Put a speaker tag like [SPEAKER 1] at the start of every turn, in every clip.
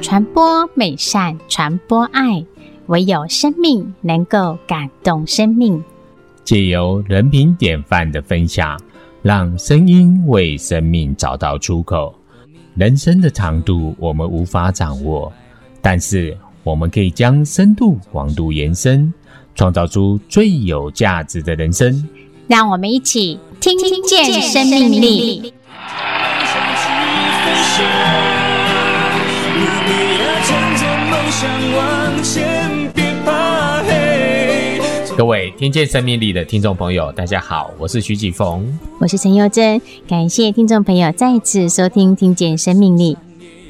[SPEAKER 1] 传播美善，传播爱，唯有生命能够感动生命。
[SPEAKER 2] 借由人品典范的分享，让声音为生命找到出口。人生的长度我们无法掌握，但是我们可以将深度、广度延伸，创造出最有价值的人生。
[SPEAKER 1] 让我们一起听见生命力。
[SPEAKER 2] 各位听见生命力的听众朋友，大家好，我是徐启逢。
[SPEAKER 1] 我是陈佑珍，感谢听众朋友再次收听《听见生命力》。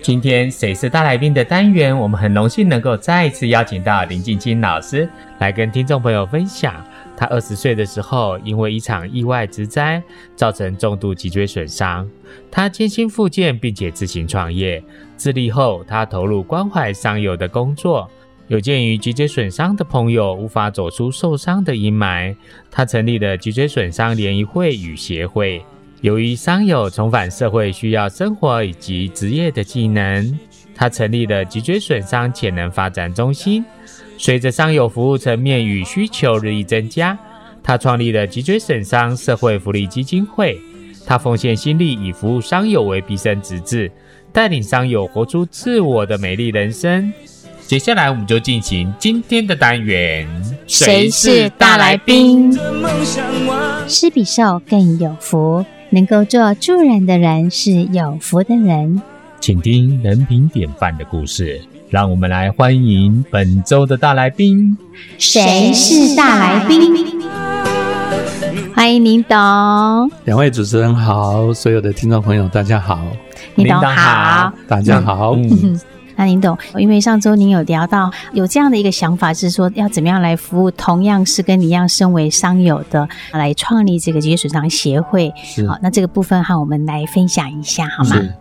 [SPEAKER 2] 今天谁是大来宾的单元，我们很荣幸能够再次邀请到林静清老师来跟听众朋友分享，她二十岁的时候因为一场意外植栽造成重度脊椎损伤，她艰辛复健并且自行创业，自立后她投入关怀伤友的工作。有鉴于脊椎损伤的朋友无法走出受伤的阴霾，他成立了脊椎损伤联谊会与协会。由于伤友重返社会需要生活以及职业的技能，他成立了脊椎损伤潜能发展中心。随着伤友服务层面与需求日益增加，他创立了脊椎损伤社会福利基金会。他奉献心力以服务伤友为毕生职志，带领伤友活出自我的美丽人生。接下来我们就进行今天的单元，
[SPEAKER 1] 谁是大来宾？施比受更有福，能够做助人的人是有福的人。
[SPEAKER 2] 请听人品典范的故事。让我们来欢迎本周的大来宾。
[SPEAKER 1] 谁是大来宾？欢迎林董，
[SPEAKER 3] 两位主持人好，所有的听众朋友大家好，
[SPEAKER 1] 林董
[SPEAKER 2] 林董好
[SPEAKER 1] 好。
[SPEAKER 3] 大家好。
[SPEAKER 2] 嗯，
[SPEAKER 1] 那您懂，因为上周您有聊到有这样的一个想法，是说要怎么样来服务同样是跟你一样身为商友的，来创立这个脊椎损伤协会。
[SPEAKER 3] 是
[SPEAKER 1] 好，那这个部分哈，我们来分享一下好吗？
[SPEAKER 3] 是，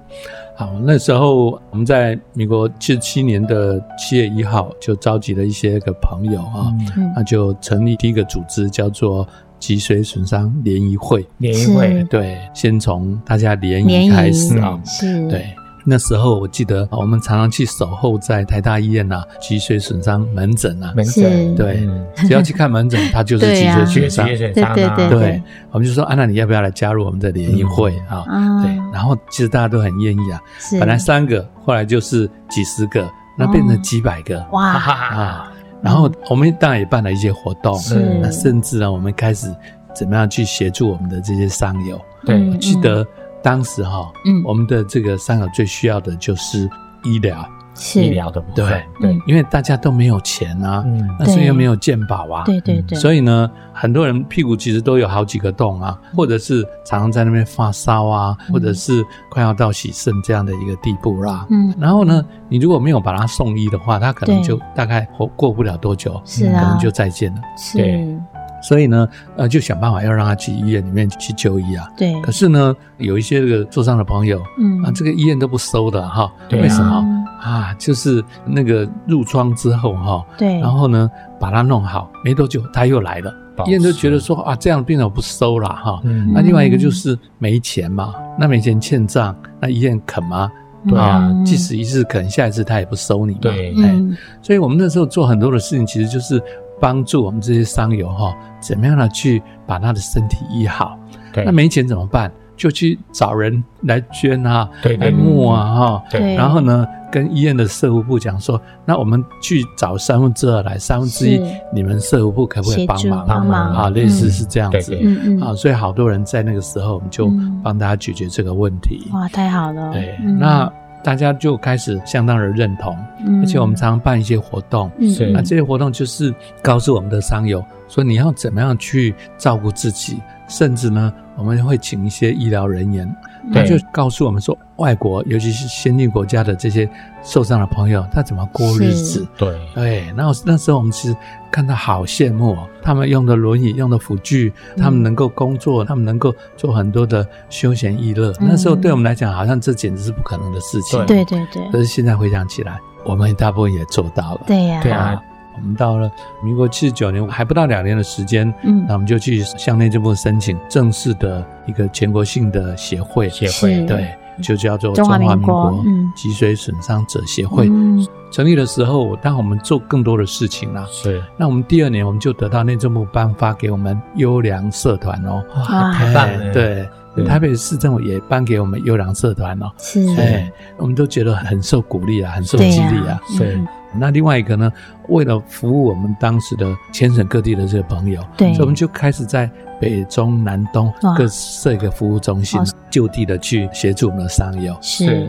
[SPEAKER 3] 好，那时候我们在民国七十七年的七月一号就召集了一些个朋友啊，
[SPEAKER 1] 嗯
[SPEAKER 3] 那就成立第一个组织叫做脊髓损伤联谊会。
[SPEAKER 2] 联谊会嗯
[SPEAKER 1] 是
[SPEAKER 3] 对，先从大家联
[SPEAKER 1] 联
[SPEAKER 3] 谊
[SPEAKER 1] 谊
[SPEAKER 3] 开始啊。
[SPEAKER 1] 是，
[SPEAKER 3] 对，那时候我记得啊我们常常去守候在台大医院呐、啊脊髓损伤门诊 啊，
[SPEAKER 2] 门
[SPEAKER 1] 是
[SPEAKER 2] 诊
[SPEAKER 3] 对只要去看门诊，他就是
[SPEAKER 1] 对
[SPEAKER 3] 脊
[SPEAKER 1] 啊
[SPEAKER 3] 髓
[SPEAKER 2] 学
[SPEAKER 3] 损伤
[SPEAKER 2] 学。损伤啊，
[SPEAKER 1] 对
[SPEAKER 3] 对，我们就说啊，那你要不要来加入我们的联谊会啊？
[SPEAKER 1] 啊，
[SPEAKER 3] 对，然后其实大家都很愿意啊，
[SPEAKER 1] 是
[SPEAKER 3] 本来三个，后来就是几十个，那变成几百个、
[SPEAKER 2] 哈
[SPEAKER 1] 哇，嗯
[SPEAKER 2] 哈哈，
[SPEAKER 3] 啊。然后我们当然也办了一些活动，
[SPEAKER 2] 是
[SPEAKER 1] 是
[SPEAKER 3] 那甚至呢，我们开始怎么样去协助我们的这些商友。
[SPEAKER 2] 对
[SPEAKER 1] 嗯
[SPEAKER 3] 我记得当时哈、
[SPEAKER 1] 嗯
[SPEAKER 3] 我们的这个商友最需要的就是医疗，
[SPEAKER 1] 是
[SPEAKER 2] 医疗的部分，
[SPEAKER 1] 对
[SPEAKER 2] 对，
[SPEAKER 3] 因为大家都没有钱啊，
[SPEAKER 2] 嗯，
[SPEAKER 3] 那所以
[SPEAKER 1] 对
[SPEAKER 3] 又没有健保啊，
[SPEAKER 1] 对对对，
[SPEAKER 3] 所
[SPEAKER 1] 以
[SPEAKER 3] 以呢，很多人屁股其实都有好几个洞啊，
[SPEAKER 1] 嗯
[SPEAKER 3] 或者是常常在那边发烧啊，或者是快要到洗肾这样的一个地步啦。
[SPEAKER 1] 嗯
[SPEAKER 3] 然后呢，你如果没有把他送医的话，他可能
[SPEAKER 1] 对
[SPEAKER 3] 就大概活过不了多久，
[SPEAKER 1] 是
[SPEAKER 3] 可
[SPEAKER 1] 啊
[SPEAKER 3] 能，就再见了。
[SPEAKER 1] 是，
[SPEAKER 2] 对
[SPEAKER 3] 所以呢，呃，就想办法要让他去医院里面去就医啊。
[SPEAKER 1] 对，
[SPEAKER 3] 可是呢，有一些这个受伤的朋友
[SPEAKER 1] 嗯
[SPEAKER 3] 啊，这个医院都不收的哈、
[SPEAKER 2] 对啊
[SPEAKER 3] 为什么
[SPEAKER 1] 嗯
[SPEAKER 3] 啊？就是那个褥疮之后哈、
[SPEAKER 1] 对，
[SPEAKER 3] 然后呢，把它弄好，没多久他又来了，
[SPEAKER 2] 保
[SPEAKER 3] 医院都
[SPEAKER 2] 持
[SPEAKER 3] 觉得说啊，这样病人我不收了哈。
[SPEAKER 2] 嗯
[SPEAKER 3] 那、另外一个就是没钱嘛，那没钱欠账，那医院肯吗？
[SPEAKER 2] 对啊
[SPEAKER 1] 嗯
[SPEAKER 3] 即使一次肯，下一次他也不收你嘛。
[SPEAKER 2] 对
[SPEAKER 3] 哎
[SPEAKER 1] 嗯
[SPEAKER 3] 所以我们那时候做很多的事情，其实就是帮助我们这些商友哈，怎么样的去把他的身体医好。
[SPEAKER 2] 对
[SPEAKER 3] 啊那没钱怎么办？就去找人来捐啊，
[SPEAKER 2] 对对
[SPEAKER 3] 来募啊哈。
[SPEAKER 1] 对，
[SPEAKER 3] 然后呢，跟医院的社务部讲说，那我们去找三分之二来，三分之一
[SPEAKER 1] 是
[SPEAKER 3] 你们社务部可不可以
[SPEAKER 1] 协
[SPEAKER 3] 帮
[SPEAKER 1] 助
[SPEAKER 3] 忙
[SPEAKER 1] 帮
[SPEAKER 2] 忙
[SPEAKER 3] 啊？
[SPEAKER 2] 嗯
[SPEAKER 3] 类似是这样
[SPEAKER 2] 对
[SPEAKER 3] 子
[SPEAKER 2] 对
[SPEAKER 1] 嗯嗯
[SPEAKER 3] 啊，所以好多人在那个时候，我们就
[SPEAKER 1] 嗯哦
[SPEAKER 3] 帮大家解决这个问题。
[SPEAKER 1] 哇，太好了，
[SPEAKER 3] 对
[SPEAKER 1] 嗯，
[SPEAKER 3] 那大家就开始相当的认同，
[SPEAKER 1] 嗯
[SPEAKER 3] 而且我们常常办一些活动，
[SPEAKER 1] 嗯
[SPEAKER 2] 是
[SPEAKER 3] 那
[SPEAKER 1] 嗯
[SPEAKER 3] 这些活动就是告诉我们的商友说你要怎么样去照顾自己，甚至呢，我们会请一些医疗人员他
[SPEAKER 2] 对
[SPEAKER 3] 就告诉我们说，外国尤其是先进国家的这些受伤的朋友，他怎么过日子
[SPEAKER 1] 是？
[SPEAKER 2] 对
[SPEAKER 3] 对，哎那那时候我们其实看到好羡慕哦，他们用的轮椅、用的辅具，
[SPEAKER 1] 嗯
[SPEAKER 3] 他们能够工作，他们能够做很多的休闲娱乐。
[SPEAKER 1] 嗯
[SPEAKER 3] 那时候对我们来讲，好像这简直是不可能的事情。
[SPEAKER 1] 对对对
[SPEAKER 3] 可是现在回想起来，我们大部分也做到了。
[SPEAKER 1] 对呀，
[SPEAKER 2] 对啊，
[SPEAKER 3] 我们到了民国七十九年，还不到两年的时间，
[SPEAKER 1] 嗯
[SPEAKER 3] 那我们就去向内政部申请正式的一个全国性的协会，
[SPEAKER 2] 协
[SPEAKER 1] 是
[SPEAKER 2] 会
[SPEAKER 3] 对，就叫做
[SPEAKER 1] 中
[SPEAKER 3] 中
[SPEAKER 1] 华
[SPEAKER 3] 华
[SPEAKER 1] 民
[SPEAKER 3] 民
[SPEAKER 1] 国
[SPEAKER 3] 国
[SPEAKER 1] 嗯
[SPEAKER 3] 脊髓损伤者协会。
[SPEAKER 1] 嗯
[SPEAKER 3] 成立的时候，我当我们做更多的事情啦。
[SPEAKER 2] 是
[SPEAKER 3] 那我们第二年，我们就得到内政部颁发给我们优良社团哦，
[SPEAKER 1] 哇
[SPEAKER 2] 太棒
[SPEAKER 3] 哎
[SPEAKER 2] 了，，
[SPEAKER 3] 对，
[SPEAKER 2] 嗯
[SPEAKER 3] 台北市政府也颁给我们优良社团哦，
[SPEAKER 1] 是，
[SPEAKER 3] 哎，我们都觉得很受鼓励啊，很受
[SPEAKER 1] 对
[SPEAKER 3] 激
[SPEAKER 1] 呀
[SPEAKER 3] 励啊。
[SPEAKER 2] 是
[SPEAKER 1] 嗯
[SPEAKER 3] 那另外一个呢，为了服务我们当时的全省各地的这个朋友，
[SPEAKER 1] 对
[SPEAKER 3] 所以我们就开始在北中南东
[SPEAKER 1] 哇
[SPEAKER 3] 各设一个服务中心
[SPEAKER 1] 哇，
[SPEAKER 3] 就地的去协助我们的商友。
[SPEAKER 1] 是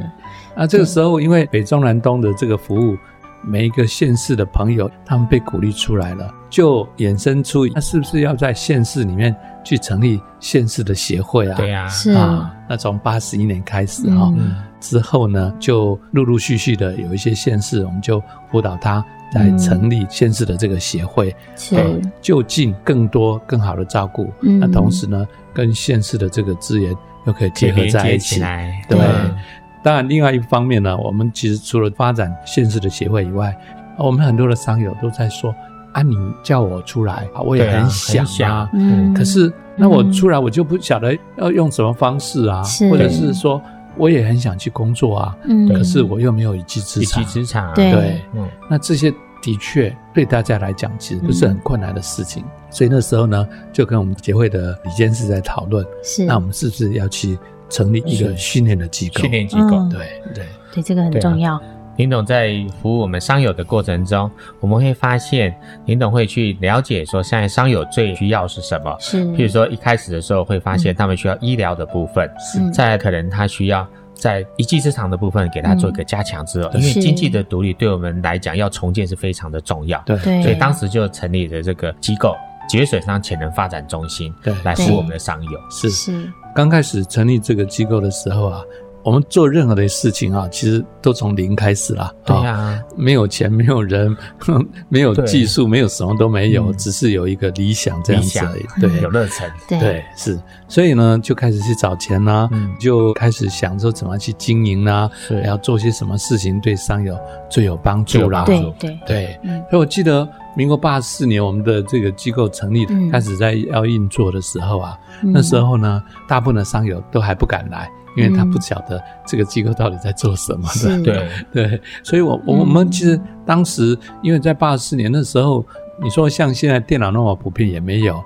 [SPEAKER 3] 啊，
[SPEAKER 1] 嗯
[SPEAKER 3] 这个时候因为北中南东的这个服务，每一个县市的朋友他们被鼓励出来了，就衍生出那是不是要在县市里面去成立县市的协会啊？
[SPEAKER 2] 对呀，
[SPEAKER 1] 是
[SPEAKER 3] 啊，那从八十一年开始哈、
[SPEAKER 1] 嗯
[SPEAKER 2] 嗯，
[SPEAKER 3] 之后呢，就陆陆续续的有一些县市，我们就辅导他来
[SPEAKER 1] 嗯
[SPEAKER 3] 成立县市的这个协会，
[SPEAKER 1] 是
[SPEAKER 3] 对就近更多更好的照顾。
[SPEAKER 1] 嗯
[SPEAKER 3] 那同时呢，跟县市的这个资源又可以结合
[SPEAKER 2] 连
[SPEAKER 3] 在
[SPEAKER 2] 接
[SPEAKER 3] 一
[SPEAKER 2] 起
[SPEAKER 3] 起。
[SPEAKER 2] 来，
[SPEAKER 3] 对
[SPEAKER 2] 嗯
[SPEAKER 3] 当然，另外一方面呢，我们其实除了发展县市的协会以外，我们很多的商友都在说啊，你叫我出来，啊我也
[SPEAKER 2] 对啊
[SPEAKER 3] 很想
[SPEAKER 2] 很想
[SPEAKER 3] 啊，
[SPEAKER 1] 嗯
[SPEAKER 3] 可是那我出来我就不晓得要用什么方式啊，
[SPEAKER 1] 是
[SPEAKER 3] 或者是说我也很想去工作啊，
[SPEAKER 1] 嗯
[SPEAKER 3] 可是我又没有一技之
[SPEAKER 2] 一
[SPEAKER 3] 长
[SPEAKER 2] 级。职场，
[SPEAKER 1] 对
[SPEAKER 3] 对，
[SPEAKER 2] 嗯，
[SPEAKER 3] 那这些的确对大家来讲其实都是很困难的事情，所以那时候呢，就跟我们协会的李监事在讨论，
[SPEAKER 1] 是
[SPEAKER 2] 嗯
[SPEAKER 3] 那我们是不是要去成立一个
[SPEAKER 2] 是
[SPEAKER 3] 训练的机构？
[SPEAKER 2] 训练机
[SPEAKER 1] 嗯
[SPEAKER 2] 构。
[SPEAKER 3] 对对。
[SPEAKER 1] 对这个很
[SPEAKER 2] 对啊
[SPEAKER 1] 重要，
[SPEAKER 2] 林董在服务我们商友的过程中，我们会发现林董会去了解说现在商友最需要是什么。
[SPEAKER 1] 是，
[SPEAKER 2] 譬如说一开始的时候会发现他们需要医疗的部分，
[SPEAKER 1] 嗯
[SPEAKER 2] 再来可能他需要在一技之长的部分给他做一个加强之后，
[SPEAKER 3] 嗯
[SPEAKER 2] 因为
[SPEAKER 1] 是
[SPEAKER 2] 经济的独立对我们来讲要重建是非常的重要。
[SPEAKER 3] 对
[SPEAKER 1] 对
[SPEAKER 2] 所以当时就成立了这个机构——脊髓损伤潜能发展中心，
[SPEAKER 3] 对
[SPEAKER 2] 来服务我们的商友。
[SPEAKER 3] 是
[SPEAKER 1] 是
[SPEAKER 3] 刚开始成立这个机构的时候啊，我们做任何的事情啊，其实都从零开始啦。
[SPEAKER 2] 对
[SPEAKER 3] 啊
[SPEAKER 2] 啊，
[SPEAKER 3] 没有钱，没有人， 没有
[SPEAKER 2] 对
[SPEAKER 3] 技术，没有什么都没有，
[SPEAKER 2] 嗯
[SPEAKER 3] 只是有一个理想这样子而已
[SPEAKER 2] 理。
[SPEAKER 3] 对，
[SPEAKER 2] 有热忱，
[SPEAKER 1] 对
[SPEAKER 3] 对，是，所以呢，就开始去找钱啦、
[SPEAKER 2] 嗯
[SPEAKER 3] 就开始想说怎么去经营啦、
[SPEAKER 2] 是
[SPEAKER 3] 要做些什么事情对商友最有帮
[SPEAKER 2] 最有
[SPEAKER 3] 助啦。
[SPEAKER 2] 帮
[SPEAKER 1] 对
[SPEAKER 2] 助
[SPEAKER 1] 对，
[SPEAKER 3] 对，
[SPEAKER 1] 嗯
[SPEAKER 3] 所以我记得民国八十四年我们的这个机构成立、
[SPEAKER 1] 嗯
[SPEAKER 3] 开始在要运作的时候啊，
[SPEAKER 1] 嗯
[SPEAKER 3] 那时候呢，大部分的商友都还不敢来，因为他
[SPEAKER 1] 嗯
[SPEAKER 3] 不晓得这个机构到底在做什么
[SPEAKER 1] 是
[SPEAKER 3] 的。
[SPEAKER 2] 对，
[SPEAKER 3] 啊 对，所以我
[SPEAKER 1] 嗯
[SPEAKER 3] 我们其实当时因为在八四年的时候，你说像现在电脑那么普遍也没有，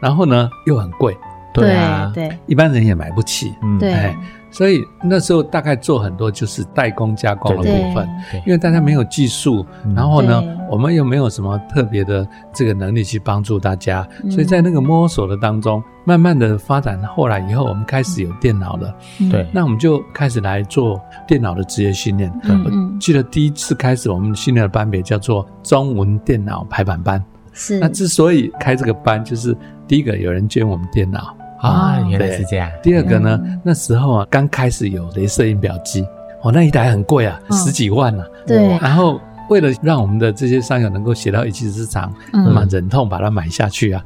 [SPEAKER 3] 然后呢又很贵，
[SPEAKER 1] 对
[SPEAKER 2] 啊，
[SPEAKER 1] 对
[SPEAKER 3] 一般人也买不起，
[SPEAKER 2] 嗯
[SPEAKER 1] 对
[SPEAKER 3] 哎所以那时候大概做很多就是代工加工的
[SPEAKER 2] 对
[SPEAKER 3] 部分。
[SPEAKER 2] 对
[SPEAKER 3] 因为大家没有技术
[SPEAKER 2] 嗯，
[SPEAKER 3] 然后呢
[SPEAKER 1] 对，
[SPEAKER 3] 我们又没有什么特别的这个能力去帮助大家，
[SPEAKER 1] 嗯
[SPEAKER 3] 所以在那个摸索的当中，慢慢的发展。后来以后，我们开始有电脑了，
[SPEAKER 1] 嗯
[SPEAKER 2] 对
[SPEAKER 3] 那我们就开始来做电脑的职业训练。
[SPEAKER 1] 嗯
[SPEAKER 3] 我
[SPEAKER 1] 嗯
[SPEAKER 3] 记得第一次开始，我们训练的班别叫做中文电脑排版班。
[SPEAKER 1] 是
[SPEAKER 3] 那之所以开这个班，就是第一个有人捐我们电脑
[SPEAKER 2] 啊，
[SPEAKER 1] 哦
[SPEAKER 2] 原来
[SPEAKER 3] 对
[SPEAKER 2] 是这样，
[SPEAKER 3] 第二个呢
[SPEAKER 1] 嗯，
[SPEAKER 3] 那时候啊，刚开始有镭射印表机，哦，那一台很贵啊，
[SPEAKER 1] 嗯
[SPEAKER 3] 十几万啊。
[SPEAKER 1] 对
[SPEAKER 3] 哇然后为了让我们的这些商友能够写到一技之长，
[SPEAKER 1] 嗯
[SPEAKER 3] 那么忍痛把它买下去 啊，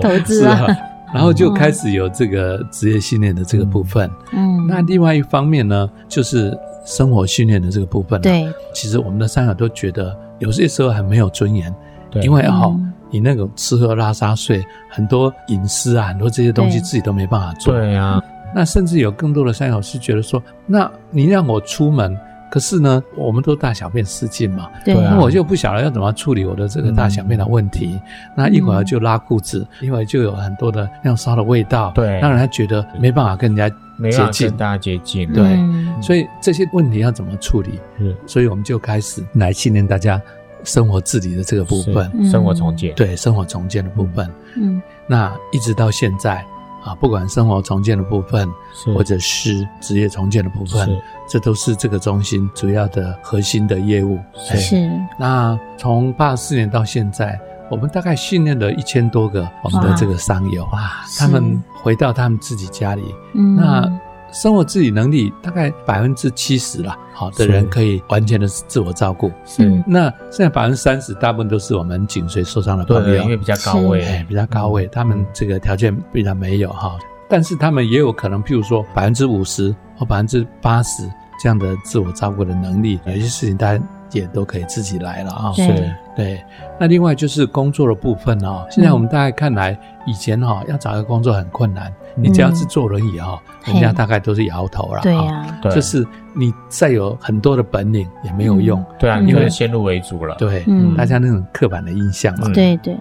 [SPEAKER 1] 投资
[SPEAKER 3] 是
[SPEAKER 1] 啊
[SPEAKER 3] 啊。然后就开始有这个职业训练的这个部分。
[SPEAKER 1] 嗯
[SPEAKER 3] 那另外一方面呢，就是生活训练的这个部分、啊。，
[SPEAKER 1] 对
[SPEAKER 3] 其实我们的商友都觉得有些时候很没有尊严，
[SPEAKER 2] 对
[SPEAKER 3] 因为哦
[SPEAKER 1] 嗯，
[SPEAKER 3] 你那种吃喝拉撒睡，很多隐私啊，很多这些东西
[SPEAKER 1] 对
[SPEAKER 3] 自己都没办法做。
[SPEAKER 2] 对啊，
[SPEAKER 3] 那甚至有更多的山友是觉得说，那你让我出门，可是呢，我们都大小便失禁嘛，
[SPEAKER 1] 对
[SPEAKER 2] 对啊嗯
[SPEAKER 3] 那我就不晓得要怎么处理我的这个大小便的问题。那一会儿就拉裤子，一会儿就有很多的尿骚的味道，
[SPEAKER 2] 对
[SPEAKER 3] 让人家觉得没办法跟人家
[SPEAKER 2] 没
[SPEAKER 3] 接
[SPEAKER 2] 有
[SPEAKER 3] 近
[SPEAKER 2] 跟。大家接近，
[SPEAKER 3] 对
[SPEAKER 1] 嗯
[SPEAKER 3] 所以这些问题要怎么处理？
[SPEAKER 2] 是
[SPEAKER 3] 所以我们就开始来训练大家生活自理的这个部分，
[SPEAKER 2] 是生活重建，
[SPEAKER 3] 对生活重建的部分。
[SPEAKER 1] 嗯
[SPEAKER 3] 那一直到现在啊，不管生活重建的部分，
[SPEAKER 2] 是
[SPEAKER 3] 或者是职业重建的部分
[SPEAKER 2] 嗯是，
[SPEAKER 3] 这都是这个中心主要的核心的业务。
[SPEAKER 2] 是
[SPEAKER 3] 哎
[SPEAKER 1] 是
[SPEAKER 3] 那从八四年到现在，我们大概训练了一千多个我们的这个商友啊，
[SPEAKER 1] 是
[SPEAKER 3] 他们回到他们自己家里，
[SPEAKER 1] 嗯
[SPEAKER 3] 那生活自理能力大概百分之七十啦，好的
[SPEAKER 2] 是
[SPEAKER 3] 人可以完全的自我照顾。
[SPEAKER 2] 是
[SPEAKER 1] 嗯，
[SPEAKER 3] 那现在百分之三十，大部分都是我们颈髓受伤的朋
[SPEAKER 2] 对，
[SPEAKER 3] 友
[SPEAKER 2] 因，为比较高位，
[SPEAKER 3] 哎，比较高
[SPEAKER 1] 嗯
[SPEAKER 3] 位，他们这个条件比较没有哈，但是他们也有可能，譬如说百分之五十或百分之八十这样的自我照顾的能力，有些事情大家也都可以自己来了啊、
[SPEAKER 1] 对
[SPEAKER 2] 是
[SPEAKER 3] 对，那另外就是工作的部分哦。现在我们大概看来，以前哈、要找个工作很困难，你只要是坐轮椅哈、
[SPEAKER 1] 嗯
[SPEAKER 3] 人家
[SPEAKER 1] 嘿
[SPEAKER 3] 大概都是摇头了。
[SPEAKER 1] 对呀，
[SPEAKER 2] 对，
[SPEAKER 3] 就是你再有很多的本领也没有用。
[SPEAKER 2] 对啊，
[SPEAKER 1] 嗯
[SPEAKER 2] 你就是先入为主了，
[SPEAKER 3] 对，
[SPEAKER 1] 嗯
[SPEAKER 3] 大家那种刻板的印象嘛。
[SPEAKER 2] 嗯
[SPEAKER 1] 对对，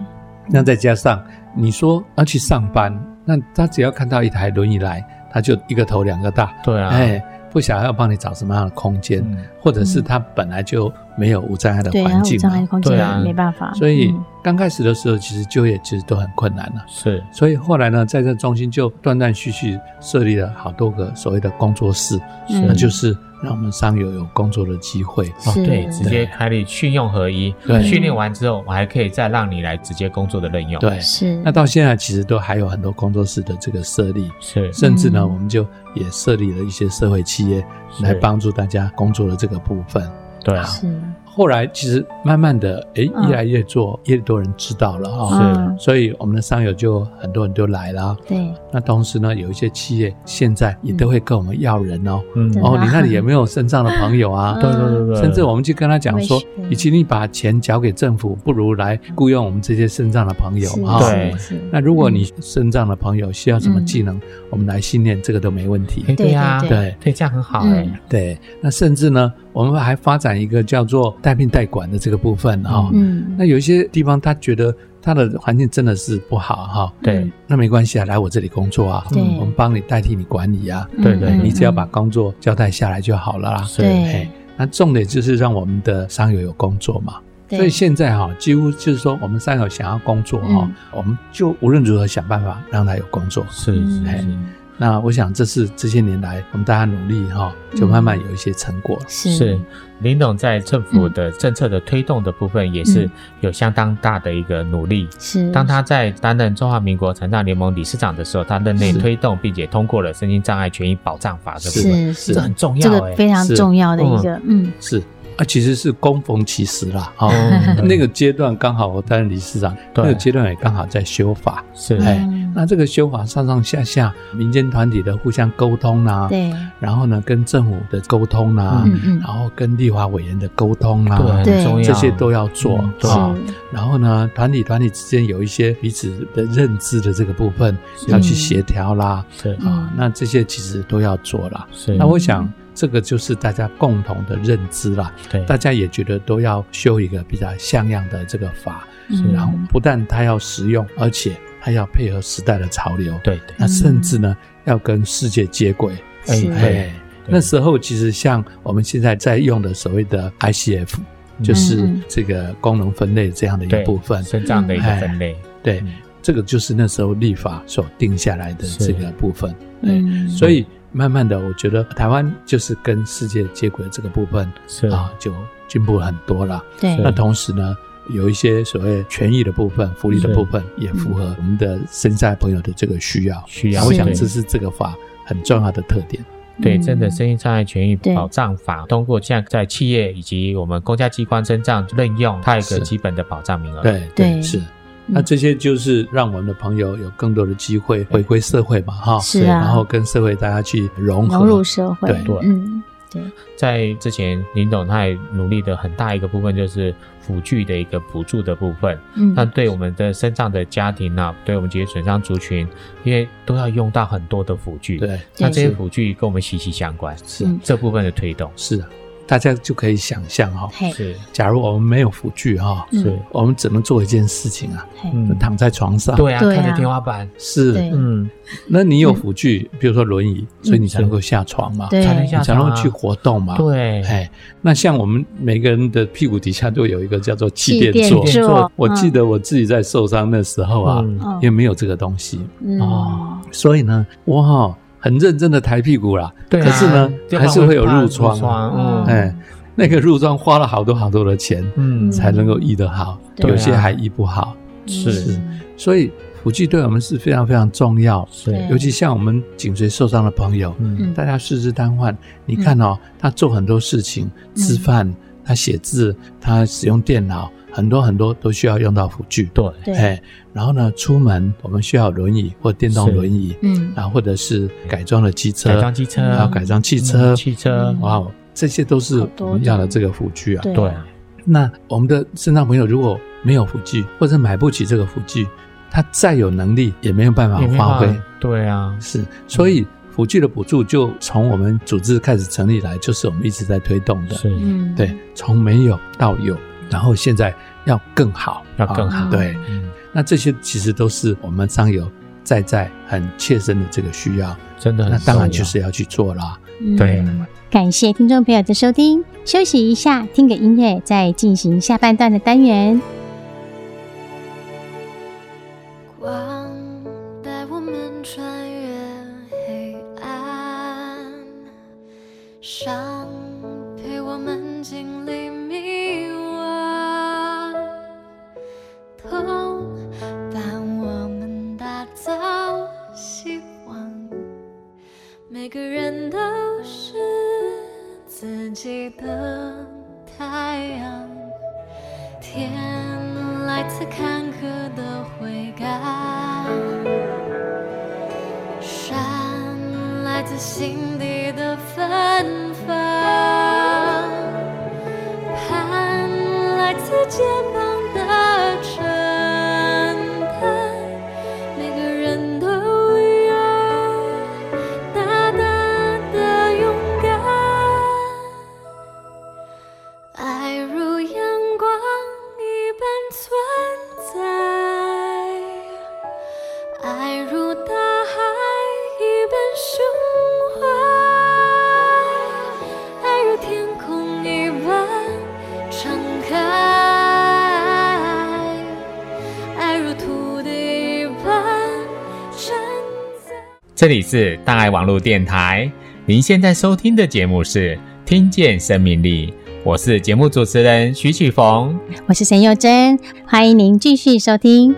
[SPEAKER 3] 那再加上你说要去上班，那他只要看到一台轮椅来，他就一个头两个大，
[SPEAKER 2] 对啊，
[SPEAKER 3] 哎，不想要帮你找什么样的空间，
[SPEAKER 2] 嗯
[SPEAKER 3] 或者是他本来就没有无障碍的
[SPEAKER 1] 对，然
[SPEAKER 3] 环
[SPEAKER 1] 后
[SPEAKER 3] 境
[SPEAKER 1] 障
[SPEAKER 3] 嘛
[SPEAKER 1] 碍，空
[SPEAKER 2] 对啊
[SPEAKER 1] 间没办法，
[SPEAKER 3] 所以
[SPEAKER 1] 嗯
[SPEAKER 3] 刚开始的时候，其实就业其实都很困难了、
[SPEAKER 2] 是，
[SPEAKER 3] 所以后来呢，在这中心就断断续续设立了好多个所谓的工作室，
[SPEAKER 1] 嗯
[SPEAKER 3] 那就是让我们商友有工作的机会。
[SPEAKER 2] 哦，
[SPEAKER 1] 是
[SPEAKER 2] 对，直接开立训用合一
[SPEAKER 3] 对，
[SPEAKER 2] 训练完之后，我还可以再让你来直接工作的任用，，
[SPEAKER 3] 对，
[SPEAKER 1] 是
[SPEAKER 3] 那到现在其实都还有很多工作室的这个设立，
[SPEAKER 2] 是
[SPEAKER 3] 甚至呢，
[SPEAKER 1] 嗯
[SPEAKER 3] 我们就也设立了一些社会企业来
[SPEAKER 2] 是
[SPEAKER 3] 帮助大家工作的这个部分。
[SPEAKER 2] 对啊，
[SPEAKER 1] 是，
[SPEAKER 3] 后来其实慢慢的，诶，
[SPEAKER 1] 嗯
[SPEAKER 3] 越来越做，越多人知道了啊、
[SPEAKER 1] 嗯
[SPEAKER 3] 所以我们的商友就很多人都来了。
[SPEAKER 1] 对，
[SPEAKER 3] 那同时呢，有一些企业现在也都会跟我们要人哦。
[SPEAKER 2] 嗯，
[SPEAKER 1] 真的
[SPEAKER 2] 哦，
[SPEAKER 3] 哦，你那里有没有身障的朋友啊？
[SPEAKER 1] 嗯
[SPEAKER 2] 对对对对，
[SPEAKER 3] 甚至我们去跟他讲说
[SPEAKER 1] 我也，是
[SPEAKER 3] 与其你把钱交给政府，不如来雇佣我们这些身障的朋友
[SPEAKER 1] 是嗯
[SPEAKER 3] 啊。
[SPEAKER 2] 对
[SPEAKER 1] 是是
[SPEAKER 3] 那如果你身障的朋友需要什
[SPEAKER 1] 嗯
[SPEAKER 3] 么技能，我们来训练，这个都没问题。
[SPEAKER 2] 哎对呀，
[SPEAKER 1] 对
[SPEAKER 3] 对
[SPEAKER 2] 对，这样很好
[SPEAKER 1] 嗯
[SPEAKER 2] 哎，
[SPEAKER 3] 对，那甚至呢，我们还发展一个叫做带病带管的这个部分啊、
[SPEAKER 2] 嗯
[SPEAKER 1] 嗯，
[SPEAKER 3] 那有一些地方他觉得他的环境真的是不好哈、
[SPEAKER 2] 对
[SPEAKER 3] 那没关系啊，来我这里工作啊，
[SPEAKER 1] 对
[SPEAKER 3] 我们帮你代替你管理啊，
[SPEAKER 1] 嗯
[SPEAKER 2] 对对
[SPEAKER 1] 嗯
[SPEAKER 3] 你只要把
[SPEAKER 1] 嗯
[SPEAKER 3] 工作交代下来就好了啦。
[SPEAKER 2] 是
[SPEAKER 1] 对
[SPEAKER 3] 嘿那重点就是让我们的商友有工作嘛。所以
[SPEAKER 1] 对
[SPEAKER 3] 现在哈、几乎就是说我们商友想要工作哈、
[SPEAKER 1] 嗯
[SPEAKER 3] 我们就无论如何想办法让他有工作。
[SPEAKER 2] 是
[SPEAKER 1] 嗯
[SPEAKER 2] 是是。
[SPEAKER 3] 那我想这是这些年来我们大家努力哈、就慢慢有一些成果了。
[SPEAKER 1] 是
[SPEAKER 2] 是，林董在政府
[SPEAKER 1] 嗯
[SPEAKER 2] 的政策的推动的部分也是有相当大的一个努力。
[SPEAKER 1] 是，
[SPEAKER 2] 当他在担任中华民国残障联盟理事长的时候，他任内
[SPEAKER 3] 是
[SPEAKER 2] 推动并且通过了《身心障碍权益保障法》这部分，
[SPEAKER 1] 是是
[SPEAKER 2] 这很重
[SPEAKER 1] 这
[SPEAKER 2] 要
[SPEAKER 1] 个
[SPEAKER 2] 哎、
[SPEAKER 1] 非常
[SPEAKER 3] 是
[SPEAKER 1] 重要的一个，嗯，
[SPEAKER 3] 是啊，其实是供逢其时啦哈、
[SPEAKER 2] 嗯
[SPEAKER 3] 那个阶段刚好我担任理事长，
[SPEAKER 2] 对
[SPEAKER 3] 那个阶段也刚好在修法，
[SPEAKER 2] 是
[SPEAKER 3] 哎
[SPEAKER 1] 嗯
[SPEAKER 3] 那这个修法上上下下，民间团体的互相沟通啦、
[SPEAKER 1] 对，
[SPEAKER 3] 然后呢跟政府的沟通啦、
[SPEAKER 1] 嗯嗯
[SPEAKER 3] 然，后跟立法委员的沟通啦、
[SPEAKER 2] 对
[SPEAKER 1] 对
[SPEAKER 2] 很重要，哦
[SPEAKER 3] 这些都要做
[SPEAKER 2] 嗯
[SPEAKER 3] 啊、
[SPEAKER 1] 是
[SPEAKER 3] 然后呢，团体团体之间有一些彼此的认知的这个部分
[SPEAKER 2] 是
[SPEAKER 3] 要去协调啦，
[SPEAKER 2] 是
[SPEAKER 1] 嗯
[SPEAKER 3] 那这些其实都要做啦。
[SPEAKER 2] 是，
[SPEAKER 3] 那我想这个就是大家共同的认知啦，
[SPEAKER 2] 对
[SPEAKER 3] 大家也觉得都要修一个比较像样的这个法，
[SPEAKER 1] 嗯
[SPEAKER 3] 然后不但它要实用，而且它要配合时代的潮流，
[SPEAKER 2] 对对
[SPEAKER 3] 那甚至呢要跟世界接轨。
[SPEAKER 2] 哎
[SPEAKER 1] 是
[SPEAKER 2] 对
[SPEAKER 3] 哎，那时候其实像我们现在在用的所谓的 ICF，
[SPEAKER 2] 嗯
[SPEAKER 3] 就是
[SPEAKER 1] 嗯
[SPEAKER 3] 这个功能分类这样的一个
[SPEAKER 2] 对
[SPEAKER 3] 部分，
[SPEAKER 2] 身障的一个分类，
[SPEAKER 1] 哎
[SPEAKER 3] 对
[SPEAKER 2] 嗯，
[SPEAKER 3] 这个就是那时候立法所定下来的
[SPEAKER 2] 是
[SPEAKER 3] 这个部分，对，
[SPEAKER 1] 嗯，
[SPEAKER 3] 所以。慢慢的，我觉得台湾就是跟世界接轨这个部分
[SPEAKER 2] 是
[SPEAKER 3] 啊，就进步很多了。
[SPEAKER 1] 对
[SPEAKER 2] 是
[SPEAKER 3] 那同时呢，有一些所谓权益的部分、福利的部分，也符合我们的身障朋友的这个需要。
[SPEAKER 2] 嗯需要
[SPEAKER 3] 那我想
[SPEAKER 2] 对
[SPEAKER 3] 这是这个法很重要的特点。
[SPEAKER 2] 对，
[SPEAKER 1] 嗯
[SPEAKER 2] 真的身心障碍权益
[SPEAKER 1] 对
[SPEAKER 2] 保障法通过，现在在企业以及我们公家机关身障任用，它有一个
[SPEAKER 3] 是
[SPEAKER 2] 基本的保障名额。
[SPEAKER 3] 对
[SPEAKER 1] 对嗯
[SPEAKER 3] 是。那这些就是让我们的朋友有更多的机会回归社会嘛，哈，
[SPEAKER 1] 是啊
[SPEAKER 3] 然后跟社会大家去融合，
[SPEAKER 1] 融入社会，
[SPEAKER 3] 对
[SPEAKER 2] 对
[SPEAKER 1] 嗯，对，
[SPEAKER 2] 在之前林董他也努力的很大一个部分就是辅具的一个补助的部分，
[SPEAKER 1] 嗯，
[SPEAKER 2] 那对我们的身障的家庭呢、对我们这些损伤族群，因为都要用到很多的辅具，
[SPEAKER 3] 对，
[SPEAKER 2] 那
[SPEAKER 1] 对
[SPEAKER 2] 这些辅具跟我们息息相关，
[SPEAKER 3] 是
[SPEAKER 1] 嗯
[SPEAKER 2] 这部分的推动
[SPEAKER 3] 是，大家就可以想象哈，
[SPEAKER 1] 嘿，
[SPEAKER 2] 是
[SPEAKER 3] 假如我们没有辅具哈，
[SPEAKER 1] 哎嗯
[SPEAKER 2] 是，
[SPEAKER 3] 我们只能做一件事情啊，
[SPEAKER 1] 嘿，
[SPEAKER 2] 嗯，
[SPEAKER 3] 躺在床上，，
[SPEAKER 2] 对啊，
[SPEAKER 1] 对啊
[SPEAKER 2] 看着天花板，
[SPEAKER 1] 对
[SPEAKER 3] 是，
[SPEAKER 2] 嗯，
[SPEAKER 3] 那你有辅具，比如说轮椅，所以你才能够下床嘛，
[SPEAKER 1] 对
[SPEAKER 2] 才能下
[SPEAKER 3] 你才
[SPEAKER 2] 床
[SPEAKER 3] 能
[SPEAKER 2] 啊
[SPEAKER 3] 够去活动嘛，
[SPEAKER 2] 对，
[SPEAKER 3] 哎，那像我们每个人的屁股底下都有一个叫做气垫座。
[SPEAKER 2] 气垫
[SPEAKER 1] 座
[SPEAKER 2] 座，
[SPEAKER 3] 我记
[SPEAKER 1] 得
[SPEAKER 3] 得我自己在受伤的时候啊，
[SPEAKER 2] 嗯
[SPEAKER 3] 也没有这个东西，
[SPEAKER 1] 哦
[SPEAKER 3] 哦，所以呢，我哈、很认真的抬屁股啦。
[SPEAKER 2] 对啊，
[SPEAKER 3] 可是呢
[SPEAKER 2] 就
[SPEAKER 3] 还是会有褥疮啊
[SPEAKER 2] 疮嗯
[SPEAKER 1] 嗯
[SPEAKER 3] 哎，那个褥疮花了好多好多的钱
[SPEAKER 2] 嗯
[SPEAKER 3] 才能够医得好，
[SPEAKER 1] 对
[SPEAKER 3] 有些还医不好。
[SPEAKER 2] 是
[SPEAKER 1] 嗯
[SPEAKER 3] 所以辅具对我们是非常非常重要，
[SPEAKER 1] 对
[SPEAKER 2] 是，
[SPEAKER 3] 尤其像我们颈椎受伤的朋友，
[SPEAKER 2] 嗯
[SPEAKER 1] 嗯
[SPEAKER 3] 大家四肢瘫痪，你看哦，他做很多事情，吃饭，他写字，他使用电脑，很多很多都需要用到辅具。
[SPEAKER 2] 对，
[SPEAKER 1] 对，，
[SPEAKER 3] 然后呢，出门我们需要轮椅或电动
[SPEAKER 2] 是
[SPEAKER 3] 轮椅，啊
[SPEAKER 1] 嗯，
[SPEAKER 3] 然后或者是改装的机车，嗯
[SPEAKER 2] 改装机车，
[SPEAKER 3] 然后改装汽车
[SPEAKER 2] 嗯，汽车
[SPEAKER 1] 嗯
[SPEAKER 3] 哇，哦这些都是
[SPEAKER 1] 好多
[SPEAKER 3] 我们要的这个辅具啊。
[SPEAKER 1] 对
[SPEAKER 2] 对啊，
[SPEAKER 3] 那我们的身障朋友如果没有辅具，或者买不起这个辅具，他再有能力也没有办法
[SPEAKER 2] 也没
[SPEAKER 3] 发挥
[SPEAKER 2] 办。法，对啊，
[SPEAKER 3] 啊是，所以辅具的补助就从我们组织开始成立来，就是我们一直在推动的。
[SPEAKER 2] 是
[SPEAKER 1] 嗯，
[SPEAKER 3] 对，从没有到有，然后现在要更好，
[SPEAKER 2] 要更
[SPEAKER 1] 好
[SPEAKER 3] 啊对，
[SPEAKER 2] 嗯，
[SPEAKER 3] 那这些其实都是我们商友在在很切身的这个需要，
[SPEAKER 2] 真的很
[SPEAKER 3] 那当然
[SPEAKER 2] 重要
[SPEAKER 3] 就是啊要去做啦。
[SPEAKER 1] 嗯
[SPEAKER 2] 对
[SPEAKER 1] 感谢听众朋友的收听，休息一下，听个音乐，再进行下半段的单元。
[SPEAKER 4] 光带我们穿越黑暗，伤陪我们经历迷惘，痛伴我们打造希望。每个人都是自己的太阳，天来自坎坷的悔改，山来自心底的芬芳，盼来自肩膀的承担，每个人都有大大的勇敢。爱如阳光一般存在，爱如大海一般胸怀，爱如天空一般敞开，爱如土地一般承载。
[SPEAKER 2] 这里是大爱网络电台，您现在收听的节目是《听见生命力》，我是节目主持人徐启逢。
[SPEAKER 1] 我是陈幼贞，欢迎您继续收听。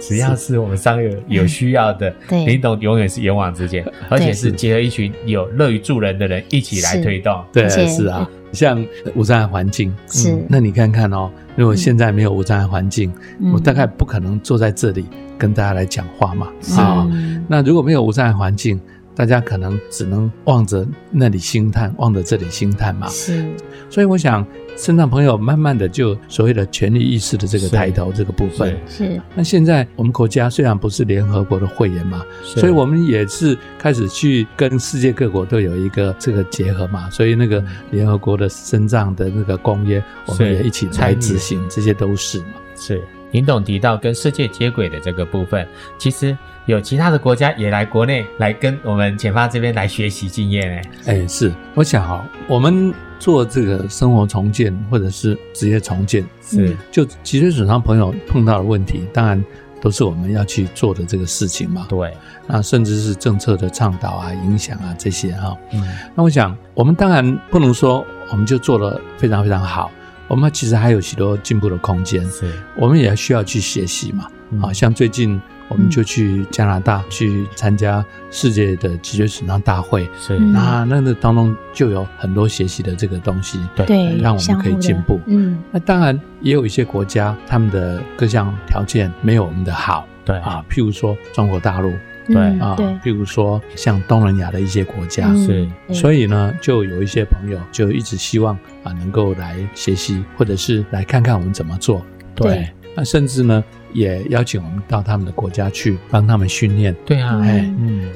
[SPEAKER 2] 只要是我们商友有需要的，
[SPEAKER 1] 嗯对
[SPEAKER 2] 林董永远是勇往直前，而且是结合一群有乐于助人的人一起来
[SPEAKER 1] 是
[SPEAKER 2] 推动。
[SPEAKER 3] 对，
[SPEAKER 1] 而且
[SPEAKER 3] 是啊，像无障碍环境，
[SPEAKER 1] 是
[SPEAKER 3] 那你看看哦，
[SPEAKER 2] 嗯
[SPEAKER 3] 如果现在没有无障碍环境，
[SPEAKER 1] 嗯
[SPEAKER 3] 我大概不可能坐在这里跟大家来讲话嘛，啊
[SPEAKER 1] 是
[SPEAKER 3] 那如果没有无障碍环境，大家可能只能望着那里兴叹，望着这里兴叹嘛。
[SPEAKER 1] 是
[SPEAKER 3] 所以我想，身障朋友慢慢的就所谓的权利意识的这个抬头这个部分
[SPEAKER 2] 是。
[SPEAKER 1] 是，
[SPEAKER 3] 那现在我们国家虽然不是联合国的会员嘛，
[SPEAKER 2] 所
[SPEAKER 3] 所以我们也是开始去跟世界各国都有一个这个结合嘛，所以那个联合国的身障的那个公约，我们
[SPEAKER 2] 是
[SPEAKER 3] 也一起
[SPEAKER 2] 参
[SPEAKER 3] 来
[SPEAKER 2] 与
[SPEAKER 3] 执行，这些都是嘛。
[SPEAKER 2] 是林董提到跟世界接轨的这个部分，其实有其他的国家也来国内来跟我们前方这边来学习经验欸呢。
[SPEAKER 3] 哎，是，我想哈、我们做这个生活重建或者是职业重建，
[SPEAKER 1] 嗯
[SPEAKER 2] 是
[SPEAKER 3] 就脊椎损伤朋友碰到的问题，当然都是我们要去做的这个事情嘛。
[SPEAKER 2] 对，
[SPEAKER 3] 那甚至是政策的倡导啊、影响啊这些哈、
[SPEAKER 2] 嗯，
[SPEAKER 3] 那我想，我们当然不能说我们就做得非常非常好，我们其实还有许多进步的空间，
[SPEAKER 2] 是
[SPEAKER 3] 我们也需要去学习嘛。
[SPEAKER 2] 嗯
[SPEAKER 3] 好像最近我们就去加拿大去参加世界的脊椎损伤大会，
[SPEAKER 2] 是，
[SPEAKER 1] 嗯
[SPEAKER 3] 那那个当中就有很多学习的这个东西。
[SPEAKER 2] 对
[SPEAKER 1] 对，
[SPEAKER 3] 让我
[SPEAKER 1] 相
[SPEAKER 3] 们
[SPEAKER 1] 互
[SPEAKER 3] 可以
[SPEAKER 1] 的
[SPEAKER 3] 进步
[SPEAKER 1] 嗯，
[SPEAKER 3] 那当然也有一些国家，他们的各项条件没有我们的好
[SPEAKER 2] 对，
[SPEAKER 3] 啊，譬如说中国大陆
[SPEAKER 1] 对
[SPEAKER 3] 啊，
[SPEAKER 1] 嗯对，
[SPEAKER 3] 譬如说像东南亚的一些国家，
[SPEAKER 1] 嗯
[SPEAKER 2] 是
[SPEAKER 1] 对
[SPEAKER 3] 所以呢，就有一些朋友就一直希望啊能够来学习，或者是来看看我们怎么做。
[SPEAKER 1] 对，
[SPEAKER 3] 那甚至呢也邀请我们到他们的国家去帮他们训练。
[SPEAKER 2] 对啊，
[SPEAKER 1] 哎
[SPEAKER 2] 嗯，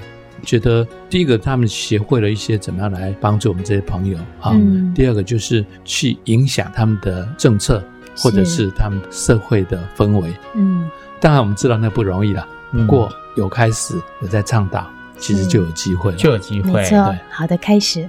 [SPEAKER 3] 觉得第一个他们学会了一些怎么样来帮助我们这些朋友啊，
[SPEAKER 1] 嗯
[SPEAKER 3] 第二个就是去影响他们的政策或者
[SPEAKER 1] 是
[SPEAKER 3] 是他们社会的氛围。
[SPEAKER 1] 嗯
[SPEAKER 3] 当然我们知道那不容易啦，
[SPEAKER 2] 嗯
[SPEAKER 3] 不过有开始有在倡导，其实就有机会了。
[SPEAKER 2] 就有机
[SPEAKER 1] 没
[SPEAKER 2] 会。
[SPEAKER 1] 错
[SPEAKER 3] 对，
[SPEAKER 1] 好的开始，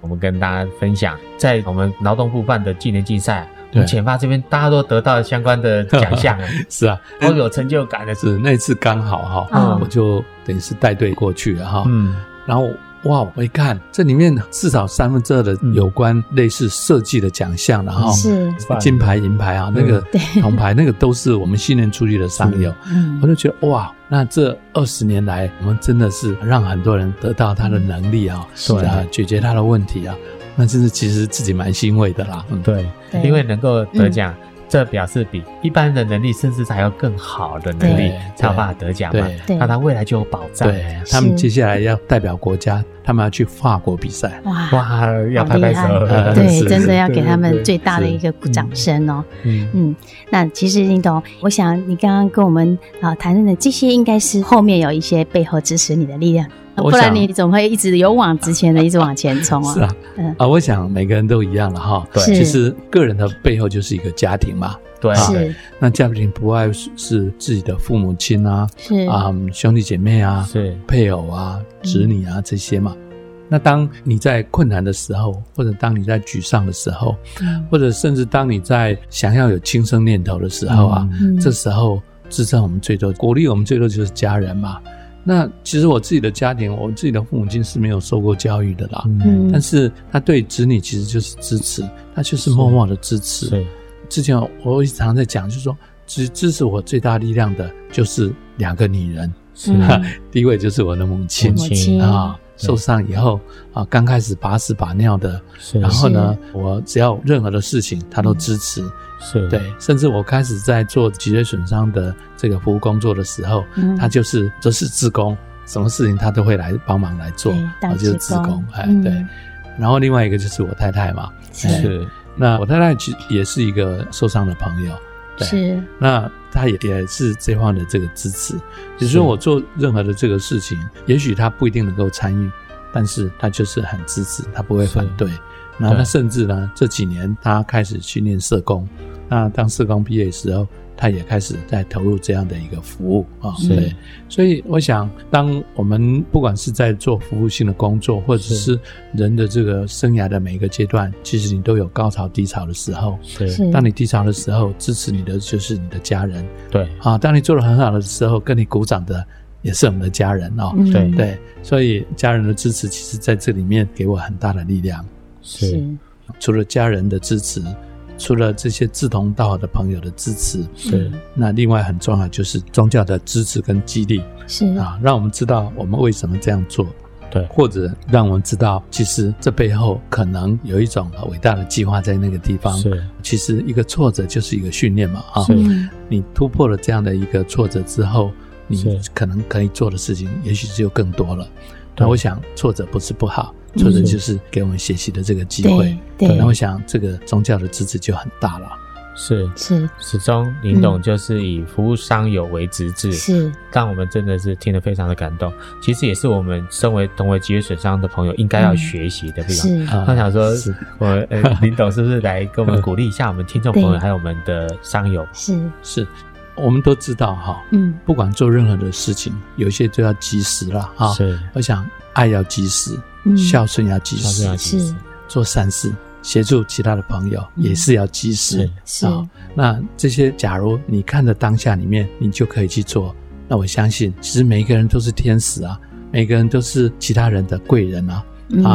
[SPEAKER 2] 我们跟大家分享，在我们劳动部办的技能竞赛，我
[SPEAKER 3] 对
[SPEAKER 2] 们前发这边大家都得到相关的奖项，
[SPEAKER 3] 是啊，
[SPEAKER 2] 都有成就感的是，
[SPEAKER 3] 是那一次刚好哈、
[SPEAKER 1] 嗯
[SPEAKER 3] 我就等于是带队过去了哈、
[SPEAKER 2] 嗯，
[SPEAKER 3] 然后哇，我一看这里面至少三分之二的
[SPEAKER 2] 嗯
[SPEAKER 3] 有关类似设计的奖项了哈、
[SPEAKER 1] 是，
[SPEAKER 3] 金牌、银牌啊，那个
[SPEAKER 1] 对
[SPEAKER 3] 铜牌，那个都是我们训练出去的商友。
[SPEAKER 1] 嗯
[SPEAKER 3] 我就觉得哇，那这二十年来，我们真的是让很多人得到他的能力啊，
[SPEAKER 1] 是的
[SPEAKER 3] 啊，解决他的问题啊，那真是其实自己蛮欣慰的啦。嗯，
[SPEAKER 2] 对，
[SPEAKER 1] 对
[SPEAKER 2] 因为能够得奖，这表示比一般的能力，甚至还要更好的能力
[SPEAKER 3] 对
[SPEAKER 2] 才有办法得奖嘛。
[SPEAKER 3] 对
[SPEAKER 1] 对
[SPEAKER 2] 那他未来就有保障。
[SPEAKER 3] 对他们接下来要代表国家他们要去法国比赛。
[SPEAKER 1] 哇
[SPEAKER 2] 哇，要
[SPEAKER 1] 好
[SPEAKER 2] 拍
[SPEAKER 1] 厉害！
[SPEAKER 2] 拍手，
[SPEAKER 1] 对，
[SPEAKER 3] 是
[SPEAKER 1] 真的
[SPEAKER 3] 是
[SPEAKER 1] 要给他
[SPEAKER 2] 对
[SPEAKER 1] 们
[SPEAKER 2] 对
[SPEAKER 1] 最大的
[SPEAKER 2] 是
[SPEAKER 1] 一个鼓掌声哦。
[SPEAKER 3] 嗯，
[SPEAKER 1] 嗯，那其实林董，我想你刚刚跟我们啊谈论的这些，应该是后面有一些背后支持你的力量，不
[SPEAKER 3] 我
[SPEAKER 1] 然
[SPEAKER 3] 想
[SPEAKER 1] 你总会一直勇往直前的，一直往前冲
[SPEAKER 3] 是
[SPEAKER 1] 哦。
[SPEAKER 3] 啊
[SPEAKER 1] 嗯，
[SPEAKER 3] 啊，我想每个人都一样了哈。
[SPEAKER 2] 对
[SPEAKER 1] 是
[SPEAKER 3] 其实个人的背后就是一个家庭嘛，
[SPEAKER 2] 对，
[SPEAKER 1] 是
[SPEAKER 3] 那家庭不外是是自己的父母亲啊，
[SPEAKER 1] 是
[SPEAKER 3] 啊、兄弟姐妹啊，
[SPEAKER 2] 是
[SPEAKER 3] 配偶啊、
[SPEAKER 2] 嗯
[SPEAKER 3] 子女啊这些嘛。那当你在困难的时候，或者当你在沮丧的时候，
[SPEAKER 1] 嗯
[SPEAKER 3] 或者甚至当你在想要有轻生念头的时候啊，
[SPEAKER 2] 嗯
[SPEAKER 1] 嗯
[SPEAKER 3] 这时候支撑我们最多、鼓励我们最多就是家人嘛。那其实我自己的家庭，我自己的父母亲是没有受过教育的啦，
[SPEAKER 1] 嗯
[SPEAKER 3] 但是他对子女其实就是支持，他就是默默的支持。
[SPEAKER 2] 是
[SPEAKER 3] 之前我一直常在讲，就是说，支支持我最大力量的就是两个女人，
[SPEAKER 2] 是
[SPEAKER 1] 嗯
[SPEAKER 3] 哈，第一位就是我的母亲
[SPEAKER 1] 母亲
[SPEAKER 3] 啊，
[SPEAKER 2] 对
[SPEAKER 3] 受伤以后啊，刚开始把屎把尿的，
[SPEAKER 2] 是，
[SPEAKER 3] 然后呢，我只要任何的事情，她都支持。
[SPEAKER 1] 嗯
[SPEAKER 2] 是
[SPEAKER 3] 对，甚至我开始在做脊椎损伤的这个服务工作的时候，
[SPEAKER 1] 嗯
[SPEAKER 3] 她就是都是志工，什么事情她都会来帮忙来做
[SPEAKER 1] 对，
[SPEAKER 3] 啊，
[SPEAKER 1] 当
[SPEAKER 3] 就是
[SPEAKER 1] 志
[SPEAKER 3] 志
[SPEAKER 1] 工
[SPEAKER 3] 工，哎，
[SPEAKER 1] 嗯
[SPEAKER 3] 对。然后另外一个就是我太太嘛，哎
[SPEAKER 2] 是
[SPEAKER 3] 那我太太其实也是一个受伤的朋友，对
[SPEAKER 1] 是
[SPEAKER 3] 那他也也是这方面的这个支持，只是
[SPEAKER 2] 是
[SPEAKER 3] 说我做任何的这个事情，也许他不一定能够参与，但是他就是很支持，他不会反对。那
[SPEAKER 2] 对
[SPEAKER 3] 他甚至呢，这几年他开始去念社工，那当社工毕业的时候，他也开始在投入这样的一个服务啊，
[SPEAKER 1] 是
[SPEAKER 3] 对。所以我想，当我们不管是在做服务性的工作，或者
[SPEAKER 2] 是
[SPEAKER 3] 是人的这个生涯的每一个阶段，其实你都有高潮低潮的时候。
[SPEAKER 2] 是，
[SPEAKER 1] 是，
[SPEAKER 3] 当你低潮的时候，支持你的就是你的家人
[SPEAKER 2] 对
[SPEAKER 3] 啊；当你做的很好的时候，跟你鼓掌的也是我们的家人哦。
[SPEAKER 1] 嗯
[SPEAKER 2] 对
[SPEAKER 3] 对，所以家人的支持其实在这里面给我很大的力量。
[SPEAKER 2] 是
[SPEAKER 1] 是
[SPEAKER 3] 除了家人的支持，除了这些志同道合的朋友的支持，
[SPEAKER 2] 是
[SPEAKER 3] 那另外很重要就是宗教的支持跟激励
[SPEAKER 1] 是
[SPEAKER 3] 啊，让我们知道我们为什么这样做。
[SPEAKER 2] 对
[SPEAKER 3] 或者让我们知道，其实这背后可能有一种啊伟大的计划在那个地方。
[SPEAKER 2] 是
[SPEAKER 3] 其实一个挫折就是一个训练嘛啊。
[SPEAKER 2] 是
[SPEAKER 1] 嗯
[SPEAKER 3] 你突破了这样的一个挫折之后，你
[SPEAKER 2] 是
[SPEAKER 3] 可能可以做的事情，也许就更多了。
[SPEAKER 2] 对
[SPEAKER 3] 那我想，挫折不是不好，
[SPEAKER 1] 嗯
[SPEAKER 3] 挫折就是给我们学习的这个机会
[SPEAKER 1] 对。对
[SPEAKER 3] 那我想，这个宗教的支持就很大了。
[SPEAKER 2] 是。
[SPEAKER 1] 是
[SPEAKER 2] 始终林董就是以服务商友为直至，
[SPEAKER 1] 是
[SPEAKER 2] 让我们真的是听得非常的感动。其实也是我们身为同为脊椎损伤的朋友应该要
[SPEAKER 1] 嗯
[SPEAKER 2] 学习的地方。
[SPEAKER 1] 是
[SPEAKER 3] 啊
[SPEAKER 2] 他想说
[SPEAKER 3] 是，
[SPEAKER 2] 我呃，林董是不是来跟我们鼓励一下我们听众朋友，还有我们的商友？
[SPEAKER 1] 是
[SPEAKER 3] 是，我们都知道哈，
[SPEAKER 1] 嗯
[SPEAKER 3] 不管做任何的事情，有一些都要及时了哈。
[SPEAKER 2] 是
[SPEAKER 3] 我想，爱要及时，
[SPEAKER 1] 嗯
[SPEAKER 3] 孝顺要及
[SPEAKER 2] 像这
[SPEAKER 3] 时
[SPEAKER 2] 样，其实
[SPEAKER 1] 是
[SPEAKER 3] 做善事，协助其他的朋友
[SPEAKER 1] 嗯
[SPEAKER 3] 也是要及时
[SPEAKER 1] 是
[SPEAKER 2] 是。
[SPEAKER 3] 啊那这些，假如你看着当下里面，你就可以去做。那我相信，其实每一个人都是天使啊，每个人都是其他人的贵人啊。啊，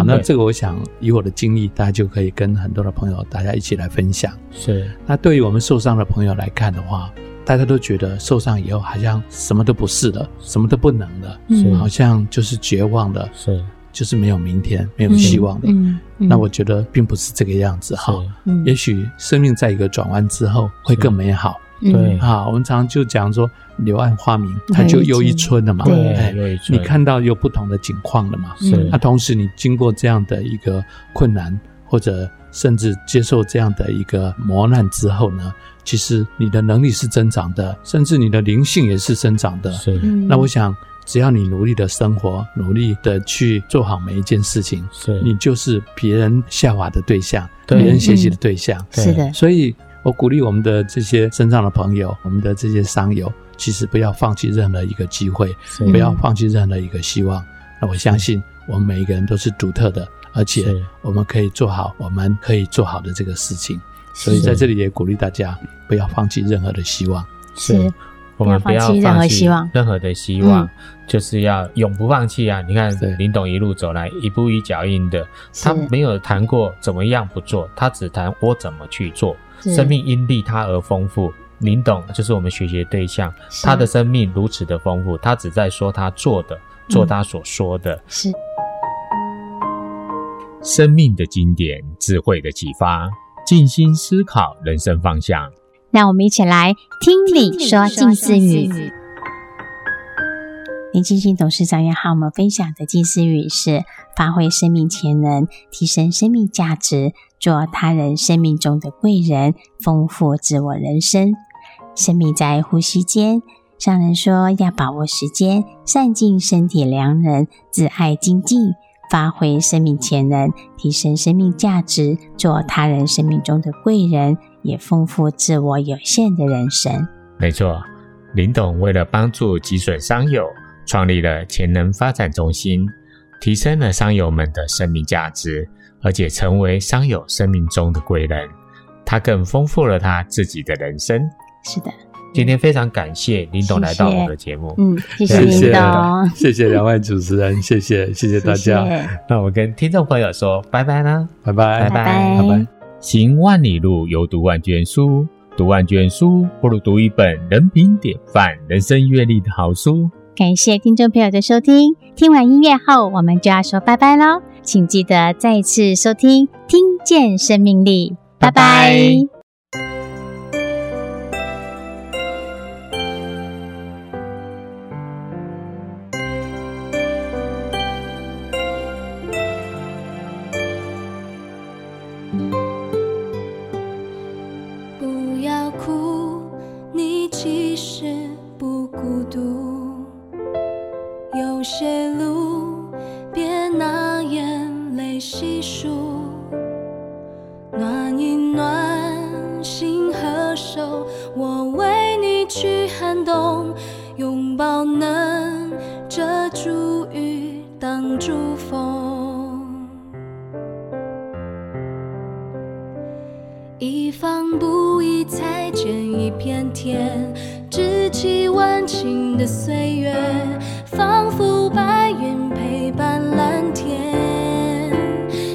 [SPEAKER 1] 嗯
[SPEAKER 3] 那
[SPEAKER 2] 对
[SPEAKER 3] 这个我想，以我的经历，大家就可以跟很多的朋友大家一起来分享。
[SPEAKER 2] 是
[SPEAKER 3] 那对于我们受伤的朋友来看的话，大家都觉得受伤以后好像什么都不是了，什么都不能了，
[SPEAKER 1] 嗯
[SPEAKER 3] 好像就是绝望了，
[SPEAKER 2] 是
[SPEAKER 3] 就是没有明天，没有希望了。
[SPEAKER 1] 嗯，嗯
[SPEAKER 3] 那我觉得并不是这个样子哈。
[SPEAKER 2] 是，
[SPEAKER 1] 嗯
[SPEAKER 3] 也许生命在一个转弯之后会更美好
[SPEAKER 1] 嗯
[SPEAKER 2] 对
[SPEAKER 3] 啊！我们常常就讲说“柳暗花明”，
[SPEAKER 1] 对
[SPEAKER 3] 它就又一村了嘛。
[SPEAKER 1] 对
[SPEAKER 3] 哎
[SPEAKER 2] 又一村
[SPEAKER 3] 你看到有不同的景况了嘛？
[SPEAKER 2] 是
[SPEAKER 3] 那同时你经过这样的一个困难，或者甚至接受这样的一个磨难之后呢，其实你的能力是增长的，甚至你的灵性也是增长的。
[SPEAKER 2] 是
[SPEAKER 1] 嗯
[SPEAKER 3] 那我想，只要你努力的生活，努力的去做好每一件事情，
[SPEAKER 2] 是，
[SPEAKER 3] 你就是别人效法的对象，
[SPEAKER 2] 对
[SPEAKER 3] 别人学
[SPEAKER 1] 嗯
[SPEAKER 3] 习的对象。
[SPEAKER 2] 对
[SPEAKER 1] 是的
[SPEAKER 3] 所以我鼓励我们的这些身上的朋友，我们的这些商友，其实不要放弃任何一个机会，
[SPEAKER 1] 嗯
[SPEAKER 2] 是
[SPEAKER 3] 不要放弃任何一个希望。那我相信我们每一个人都是独特的，而且
[SPEAKER 2] 是
[SPEAKER 3] 我们可以做好我们可以做好的这个事情。所以
[SPEAKER 1] 是
[SPEAKER 3] 在这里也鼓励大家不要放弃任何的希望。
[SPEAKER 1] 是
[SPEAKER 2] 我们不要
[SPEAKER 1] 不要放弃任何希望
[SPEAKER 2] 任何的希望
[SPEAKER 1] 嗯
[SPEAKER 2] 就是要永不放弃啊！你看
[SPEAKER 3] 对
[SPEAKER 2] 林董一路走来，一步一脚印的，
[SPEAKER 1] 是
[SPEAKER 2] 他没有谈过怎么样不做，他只谈我怎么去做。
[SPEAKER 1] 是
[SPEAKER 2] 生命因利他而丰富，林董就是我们学习的对象，
[SPEAKER 1] 是
[SPEAKER 2] 他的生命如此的丰富，他只在说他做的，做他所说的。
[SPEAKER 1] 是
[SPEAKER 2] 生命的经典，智慧的启发，静心思考人生方向。
[SPEAKER 1] 让我们一起来听你说近似语。林静心董事长也和我们分享的近思语是：发挥生命潜能，提升生命价值，做他人生命中的贵人，丰富自我人生。生命在呼吸间，上人说要把握时间，善尽身体良人，自爱精进，发挥生命潜能，提升生命价值，做他人生命中的贵人，也丰富自我有限的人生。
[SPEAKER 2] 没错，林董为了帮助脊髓商友，创立了潜能发展中心，提升了商友们的生命价值，而且成为商友生命中的贵人。他更丰富了他自己的人生。
[SPEAKER 1] 是的，
[SPEAKER 2] 今天非常感谢林董来到我们的节目。
[SPEAKER 1] 嗯，谢谢
[SPEAKER 2] 谢
[SPEAKER 1] 林
[SPEAKER 2] 谢
[SPEAKER 1] 董，
[SPEAKER 3] 谢谢两位主持人，谢谢谢谢大家，
[SPEAKER 1] 谢谢
[SPEAKER 2] 那我跟听众朋友说拜拜啦！
[SPEAKER 3] 拜拜
[SPEAKER 2] 拜
[SPEAKER 1] 拜
[SPEAKER 2] 拜
[SPEAKER 1] 拜
[SPEAKER 2] 行万里路，犹读万卷书。读万卷书，不如读一本人品典范、人生阅历的好书。
[SPEAKER 1] 感谢听众朋友的收听。听完音乐后，我们就要说拜拜喽，请记得再次收听《听见生命力》，拜
[SPEAKER 2] 拜
[SPEAKER 1] 拜
[SPEAKER 2] 拜
[SPEAKER 4] 不要哭，你其实不孤独。有些路，别拿眼泪细数，暖一暖心和手，我为你去寒冬，拥抱能遮住雨，挡住风。一方布衣，裁剪一片天，执起万顷的岁月，仿佛白云陪伴蓝天，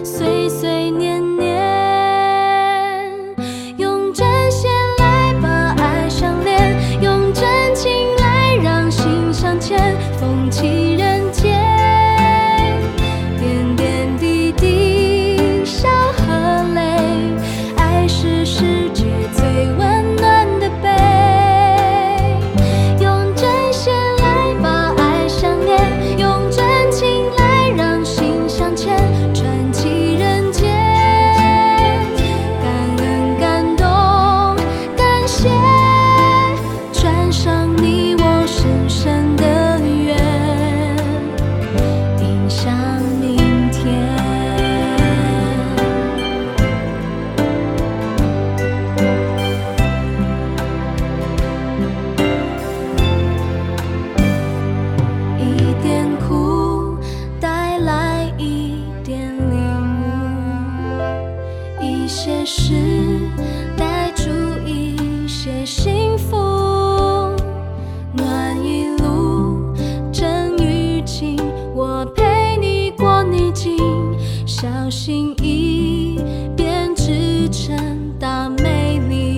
[SPEAKER 4] 岁岁年年，用真心来把爱相连，用真情来让心相牵，风起人间。点点滴滴，笑和泪，爱是世界最温暖的杯。用真心来把爱相连，用真情来让心相牵，传奇人间。感恩感动，感谢，穿上你我深深的缘。迎向明天。一点苦带来一点领悟，一些事带出一些幸福。暖一路真与情，我陪你过逆境，小心翼翼编织成大美丽。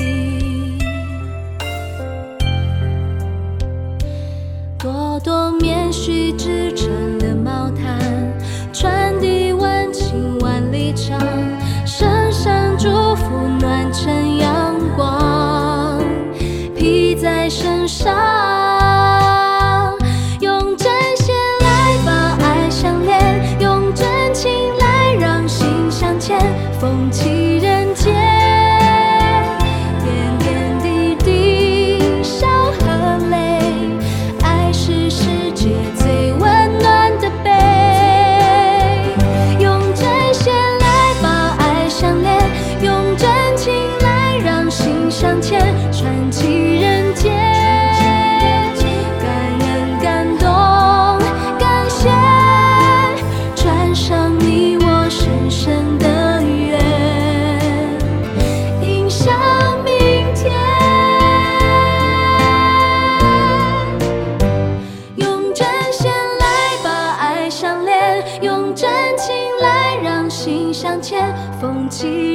[SPEAKER 4] 朵朵棉絮织成的毛毯，传递温情万里长，声声祝福暖成阳光，披在身上。用真心来把爱相连，用真情来让心相牵，风起人间。点点滴滴，笑和泪，爱是世界最温暖的杯。用真心来把爱相连，用真情来让心相牵，传奇人间。感恩感动，感谢，穿上你我深深的缘，迎向明天。用真心来把爱相连，用真情来让心相牵，风起